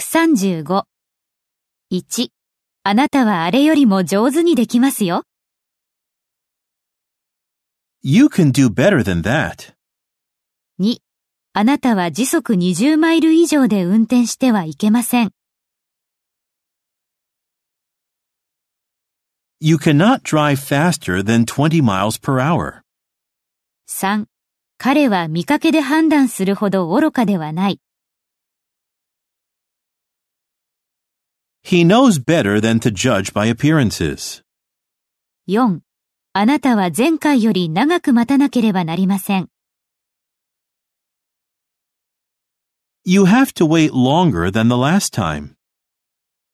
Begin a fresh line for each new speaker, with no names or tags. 135。1. あなたはあれよりも上手にできますよ。
You can do better than that.
2. あなたは時速20マイル以上で運転してはいけません。
You cannot drive faster than 20 miles per hour.
3. 彼は見かけで判断するほど愚かではない。
He knows better than to judge by appearances.
4. あなたは前回より長く待たなければなりません。
You have to wait longer than the last time.